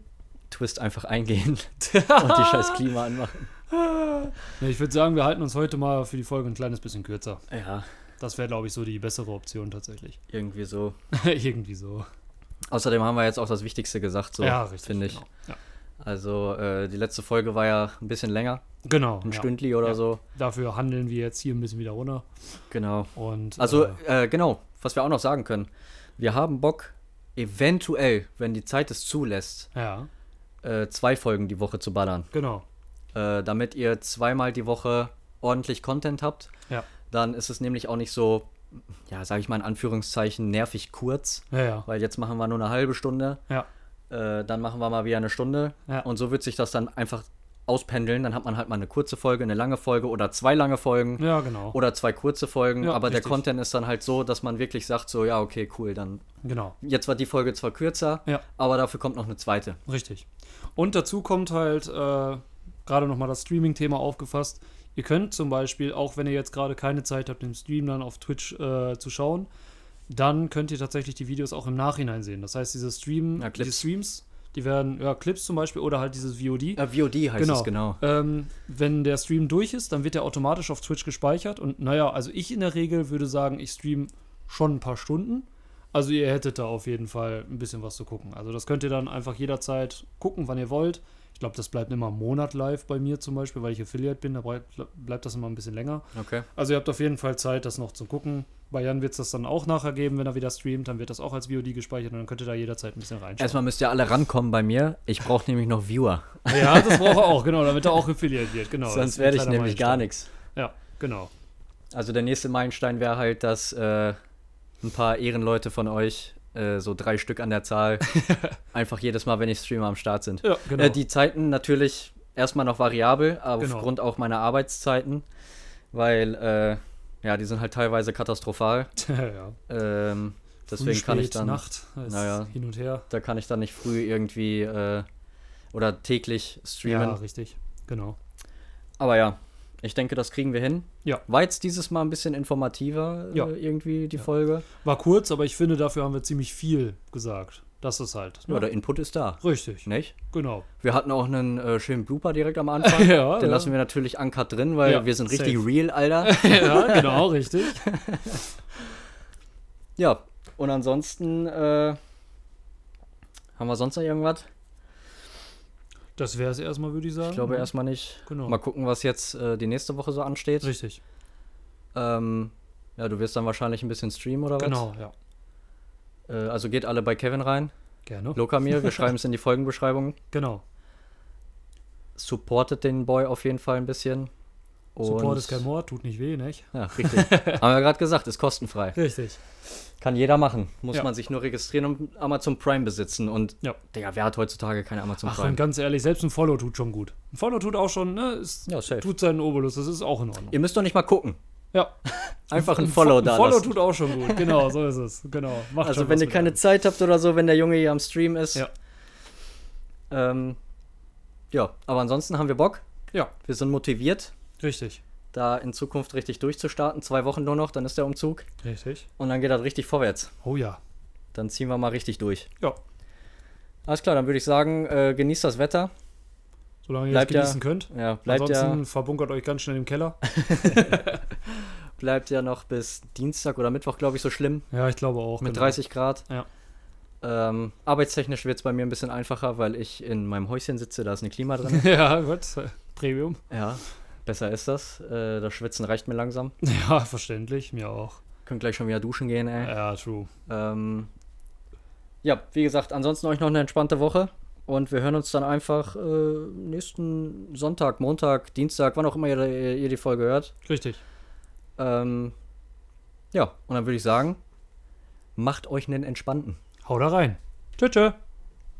[SPEAKER 1] Twist einfach eingehen und die scheiß Klima anmachen.
[SPEAKER 2] nee, ich würde sagen, wir halten uns heute mal für die Folge ein kleines bisschen kürzer.
[SPEAKER 1] Ja,
[SPEAKER 2] Das wäre, glaube ich, so die bessere Option tatsächlich.
[SPEAKER 1] irgendwie so.
[SPEAKER 2] Irgendwie so.
[SPEAKER 1] Außerdem haben wir jetzt auch das Wichtigste gesagt, so finde ich.
[SPEAKER 2] Genau. Ja.
[SPEAKER 1] Also äh, die letzte Folge war ja ein bisschen länger,
[SPEAKER 2] Genau.
[SPEAKER 1] ein
[SPEAKER 2] ja.
[SPEAKER 1] Stündli oder
[SPEAKER 2] Ja.
[SPEAKER 1] so.
[SPEAKER 2] Dafür handeln wir jetzt hier ein bisschen wieder runter.
[SPEAKER 1] Genau.
[SPEAKER 2] Und,
[SPEAKER 1] Also
[SPEAKER 2] äh,
[SPEAKER 1] äh, genau, was wir auch noch sagen können. Wir haben Bock, eventuell, wenn die Zeit es zulässt,
[SPEAKER 2] ja,
[SPEAKER 1] äh, zwei Folgen die Woche zu ballern.
[SPEAKER 2] genau.
[SPEAKER 1] äh, damit ihr zweimal die Woche ordentlich Content habt.
[SPEAKER 2] Ja.
[SPEAKER 1] Dann ist es nämlich auch nicht so, ja, sage ich mal in Anführungszeichen, nervig kurz,
[SPEAKER 2] Ja, ja.
[SPEAKER 1] weil jetzt machen wir nur eine halbe Stunde,
[SPEAKER 2] Ja,
[SPEAKER 1] äh, dann machen wir mal wieder eine Stunde
[SPEAKER 2] Ja.
[SPEAKER 1] und so wird sich das dann einfach auspendeln. Dann hat man halt mal eine kurze Folge, eine lange Folge oder zwei lange Folgen.
[SPEAKER 2] ja genau.
[SPEAKER 1] Oder zwei kurze Folgen,
[SPEAKER 2] Ja,
[SPEAKER 1] aber der
[SPEAKER 2] richtig.
[SPEAKER 1] Content ist dann halt so, dass man wirklich sagt, so, ja, okay, cool, dann
[SPEAKER 2] genau.
[SPEAKER 1] jetzt war die Folge zwar kürzer,
[SPEAKER 2] Ja.
[SPEAKER 1] aber dafür kommt noch eine zweite.
[SPEAKER 2] Richtig. Und dazu kommt halt äh, gerade nochmal das Streaming-Thema aufgefasst. Ihr könnt zum Beispiel, auch wenn ihr jetzt gerade keine Zeit habt, den Stream dann auf Twitch äh, zu schauen, dann könnt ihr tatsächlich die Videos auch im Nachhinein sehen. Das heißt, diese, Stream,
[SPEAKER 1] Ja, Clips.
[SPEAKER 2] diese Streams, die werden, ja, Clips zum Beispiel oder halt dieses VOD.
[SPEAKER 1] Äh, VOD heißt es genau.
[SPEAKER 2] Ähm, wenn der Stream durch ist, dann wird er automatisch auf Twitch gespeichert. Und naja, also ich in der Regel würde sagen, ich stream schon ein paar Stunden. Also ihr hättet da auf jeden Fall ein bisschen was zu gucken. Also das könnt ihr dann einfach jederzeit gucken, wann ihr wollt. Ich glaube, das bleibt immer einen Monat live bei mir zum Beispiel, weil ich Affiliate bin. Da brei- bleibt das immer ein bisschen länger.
[SPEAKER 1] Okay.
[SPEAKER 2] Also ihr habt auf jeden Fall Zeit, das noch zu gucken. Bei Jan wird es das dann auch nachher geben, wenn er wieder streamt. Dann wird das auch als VOD gespeichert und dann könnt ihr da jederzeit ein bisschen reinschauen.
[SPEAKER 1] Erstmal müsst ihr alle rankommen bei mir. Ich brauche nämlich noch Viewer.
[SPEAKER 2] ja, das braucht er auch, genau, damit er auch affiliiert wird. Genau, Oh, das ist
[SPEAKER 1] Also Sonst
[SPEAKER 2] ein
[SPEAKER 1] werde ich
[SPEAKER 2] kleiner
[SPEAKER 1] nämlich gar
[SPEAKER 2] Meilenstein.
[SPEAKER 1] nichts.
[SPEAKER 2] Ja, genau.
[SPEAKER 1] Also der nächste Meilenstein wäre halt, dass äh, ein paar Ehrenleute von euch, äh, so drei Stück an der Zahl, einfach jedes Mal, wenn ich streame, am Start sind.
[SPEAKER 2] Ja, genau.
[SPEAKER 1] Äh, die Zeiten natürlich erstmal noch variabel, aber
[SPEAKER 2] Genau.
[SPEAKER 1] aufgrund auch meiner Arbeitszeiten, weil äh, ja, die sind halt teilweise katastrophal.
[SPEAKER 2] ja.
[SPEAKER 1] Ähm, deswegen
[SPEAKER 2] Früh,
[SPEAKER 1] kann ich
[SPEAKER 2] spät,
[SPEAKER 1] dann,
[SPEAKER 2] Nacht, es
[SPEAKER 1] naja.
[SPEAKER 2] hin und her.
[SPEAKER 1] da kann ich dann nicht früh irgendwie äh, oder täglich streamen.
[SPEAKER 2] Ja, richtig. Genau.
[SPEAKER 1] Aber ja, ich denke, das kriegen wir hin.
[SPEAKER 2] Ja.
[SPEAKER 1] War jetzt dieses Mal ein bisschen informativer
[SPEAKER 2] Ja.
[SPEAKER 1] äh, irgendwie die
[SPEAKER 2] Ja.
[SPEAKER 1] Folge.
[SPEAKER 2] War kurz, aber ich finde, dafür haben wir ziemlich viel gesagt. Das ist halt.
[SPEAKER 1] Ja,
[SPEAKER 2] Ne?
[SPEAKER 1] der Input ist da,
[SPEAKER 2] richtig.
[SPEAKER 1] nicht?
[SPEAKER 2] Genau.
[SPEAKER 1] Wir hatten auch einen äh, schönen Blooper direkt am Anfang.
[SPEAKER 2] Ja,
[SPEAKER 1] Den
[SPEAKER 2] ja.
[SPEAKER 1] lassen wir natürlich uncut drin, weil
[SPEAKER 2] Ja,
[SPEAKER 1] wir sind richtig
[SPEAKER 2] safe.
[SPEAKER 1] real, Alter.
[SPEAKER 2] ja, genau, richtig.
[SPEAKER 1] ja, und ansonsten äh, haben wir sonst noch irgendwas?
[SPEAKER 2] Das wäre es erstmal, würde ich sagen.
[SPEAKER 1] Ich glaube erstmal nicht.
[SPEAKER 2] Genau.
[SPEAKER 1] Mal gucken, was jetzt äh, die nächste Woche so ansteht.
[SPEAKER 2] Richtig.
[SPEAKER 1] Ähm, ja, du wirst dann wahrscheinlich ein bisschen streamen oder was?
[SPEAKER 2] Genau, ja.
[SPEAKER 1] Äh, also geht alle bei Kevin rein.
[SPEAKER 2] Gerne.
[SPEAKER 1] Lokamir, wir schreiben es in die Folgenbeschreibung.
[SPEAKER 2] Genau.
[SPEAKER 1] supportet den Boy auf jeden Fall ein bisschen. Und
[SPEAKER 2] Support ist kein Mord, tut nicht weh, nicht?
[SPEAKER 1] Ja, richtig. Haben wir gerade gesagt, ist kostenfrei.
[SPEAKER 2] Richtig.
[SPEAKER 1] Kann jeder machen. Muss
[SPEAKER 2] Ja.
[SPEAKER 1] man sich nur registrieren und Amazon Prime besitzen. Und
[SPEAKER 2] Ja.
[SPEAKER 1] Digga, wer hat heutzutage kein Amazon
[SPEAKER 2] Ach,
[SPEAKER 1] Prime?
[SPEAKER 2] und ganz ehrlich, selbst ein Follow tut schon gut. Ein Follow tut auch schon, ne? Es
[SPEAKER 1] Ja, safe.
[SPEAKER 2] tut seinen Obolus, das ist auch in Ordnung.
[SPEAKER 1] Ihr müsst doch nicht mal gucken.
[SPEAKER 2] Ja.
[SPEAKER 1] Einfach ein Follow da
[SPEAKER 2] Follow
[SPEAKER 1] lassen.
[SPEAKER 2] tut auch schon gut, genau, so ist es. Genau. Macht
[SPEAKER 1] Also
[SPEAKER 2] schon
[SPEAKER 1] wenn
[SPEAKER 2] was
[SPEAKER 1] ihr
[SPEAKER 2] mit
[SPEAKER 1] keine
[SPEAKER 2] einem.
[SPEAKER 1] Zeit habt oder so, wenn der Junge hier am Stream ist.
[SPEAKER 2] Ja.
[SPEAKER 1] Ähm, ja, aber ansonsten haben wir Bock.
[SPEAKER 2] Ja,
[SPEAKER 1] Wir sind motiviert,
[SPEAKER 2] richtig.
[SPEAKER 1] da in Zukunft richtig durchzustarten. Zwei Wochen nur noch, dann ist der Umzug.
[SPEAKER 2] Richtig.
[SPEAKER 1] Und dann geht das richtig vorwärts.
[SPEAKER 2] Oh ja.
[SPEAKER 1] Dann ziehen wir mal richtig durch.
[SPEAKER 2] Ja,
[SPEAKER 1] Alles klar, dann würde ich sagen, äh, genießt das Wetter.
[SPEAKER 2] solange ihr es
[SPEAKER 1] Bleibt ja-
[SPEAKER 2] genießen könnt.
[SPEAKER 1] Ja, bleibt
[SPEAKER 2] Ansonsten
[SPEAKER 1] ja,
[SPEAKER 2] verbunkert euch ganz schnell im Keller.
[SPEAKER 1] bleibt ja noch bis Dienstag oder Mittwoch, glaube ich, so schlimm.
[SPEAKER 2] Ja, ich glaube auch.
[SPEAKER 1] Mit
[SPEAKER 2] genau.
[SPEAKER 1] 30 Grad.
[SPEAKER 2] Ja.
[SPEAKER 1] Ähm, arbeitstechnisch wird es bei mir ein bisschen einfacher, weil ich in meinem Häuschen sitze, da ist eine Klima drin.
[SPEAKER 2] ja, gut. äh, Premium.
[SPEAKER 1] ja, besser ist das. Äh, das Schwitzen reicht mir langsam.
[SPEAKER 2] Ja, verständlich. Mir auch.
[SPEAKER 1] Könnt gleich schon wieder duschen gehen, ey.
[SPEAKER 2] Ja, true.
[SPEAKER 1] Ähm, ja, wie gesagt, ansonsten euch noch eine entspannte Woche. Und wir hören uns dann einfach äh, nächsten Sonntag, Montag, Dienstag, wann auch immer ihr, ihr die Folge hört.
[SPEAKER 2] Richtig.
[SPEAKER 1] Ähm, ja, und dann würde ich sagen, macht euch einen entspannten.
[SPEAKER 2] Hau da rein. Tschö, tschö.